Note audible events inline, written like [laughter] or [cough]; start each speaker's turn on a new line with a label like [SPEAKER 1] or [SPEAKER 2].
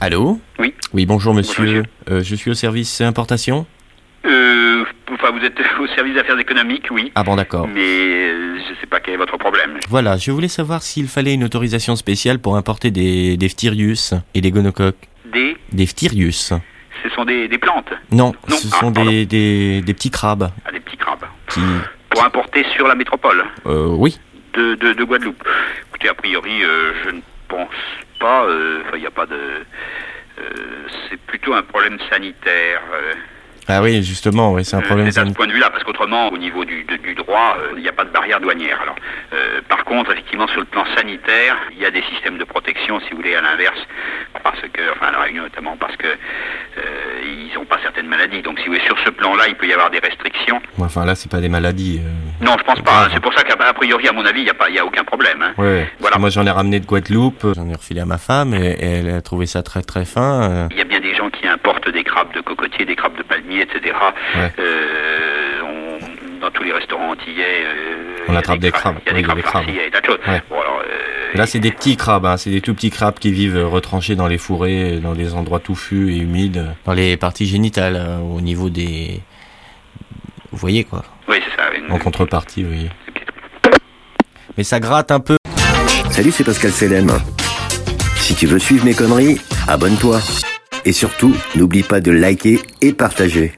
[SPEAKER 1] Allô
[SPEAKER 2] Oui.
[SPEAKER 1] Oui, bonjour monsieur.
[SPEAKER 2] monsieur.
[SPEAKER 1] Euh, je suis au service importation.
[SPEAKER 2] Euh, enfin, vous êtes [laughs] au service d'affaires économiques, oui.
[SPEAKER 1] Ah bon, d'accord.
[SPEAKER 2] Mais euh, je sais pas quel est votre problème.
[SPEAKER 1] Voilà, je voulais savoir s'il fallait une autorisation spéciale pour importer des, des phtyrius et des gonocoques.
[SPEAKER 2] Des,
[SPEAKER 1] Des phtyrius
[SPEAKER 2] ce sont des, des plantes,
[SPEAKER 1] Non,
[SPEAKER 2] Non,
[SPEAKER 1] ce
[SPEAKER 2] ah,
[SPEAKER 1] sont
[SPEAKER 2] pardon.
[SPEAKER 1] des, des, des petits crabes
[SPEAKER 2] Ah, des petits crabes,
[SPEAKER 1] qui...
[SPEAKER 2] pour importer sur la métropole
[SPEAKER 1] Euh, oui.
[SPEAKER 2] de, de, de Guadeloupe. Écoutez, a priori, euh, je ne pense pas. euh, Enfin, il n'y a pas de. euh, c'est plutôt un problème sanitaire. euh,
[SPEAKER 1] Ah oui, justement, oui, c'est un
[SPEAKER 2] Euh,
[SPEAKER 1] problème.
[SPEAKER 2] c'est à ce
[SPEAKER 1] sanitaire.
[SPEAKER 2] point de vue-là, parce qu'autrement, au niveau du, de- du droit, euh, il n'y a pas de barrière douanière. Alors, euh, par contre, effectivement, sur le plan sanitaire, il y a des systèmes de protection, si vous voulez, à l'inverse, parce que, enfin, à la Réunion notamment, parce que euh, ils n'ont pas certaines maladies. Donc, si vous voulez, sur ce plan-là, il peut y avoir des restrictions.
[SPEAKER 1] Enfin, là, c'est pas des maladies. euh.
[SPEAKER 2] Non, je pense pas. hein.
[SPEAKER 1] Ah.
[SPEAKER 2] C'est pour ça qu'à a priori, à mon avis, il n'y a pas, il y a aucun problème. hein.
[SPEAKER 1] Ouais, ouais.
[SPEAKER 2] Voilà.
[SPEAKER 1] Moi, j'en ai ramené de Guadeloupe. euh, J'en ai refilé à ma femme et, et elle a trouvé ça très très fin. euh.
[SPEAKER 2] Il y a bien des gens qui importent des crabes de cocotiers, des crabes de palmiers, etc.
[SPEAKER 1] Ouais.
[SPEAKER 2] Euh, on- dans tous les restaurants antillais, euh,
[SPEAKER 1] On
[SPEAKER 2] il y a
[SPEAKER 1] attrape des crabes.
[SPEAKER 2] Il y a
[SPEAKER 1] Oui,
[SPEAKER 2] des crabes farcis, il y a des tas de choses.
[SPEAKER 1] Ouais.
[SPEAKER 2] Bon, alors, euh,
[SPEAKER 1] Et Là, c'est des petits crabes, hein, c'est des tout petits crabes qui vivent euh, retranchés dans les fourrés, euh, dans les endroits touffus et humides. Dans les parties génitales, euh, au niveau des... Vous voyez quoi
[SPEAKER 2] Oui, c'est ça. une-
[SPEAKER 1] En contrepartie, vous voyez.
[SPEAKER 2] une petite-
[SPEAKER 1] Mais ça gratte un peu.
[SPEAKER 3] Salut, c'est Pascal Selem. Si tu veux suivre mes conneries, abonne-toi. Et surtout, n'oublie pas de liker et partager.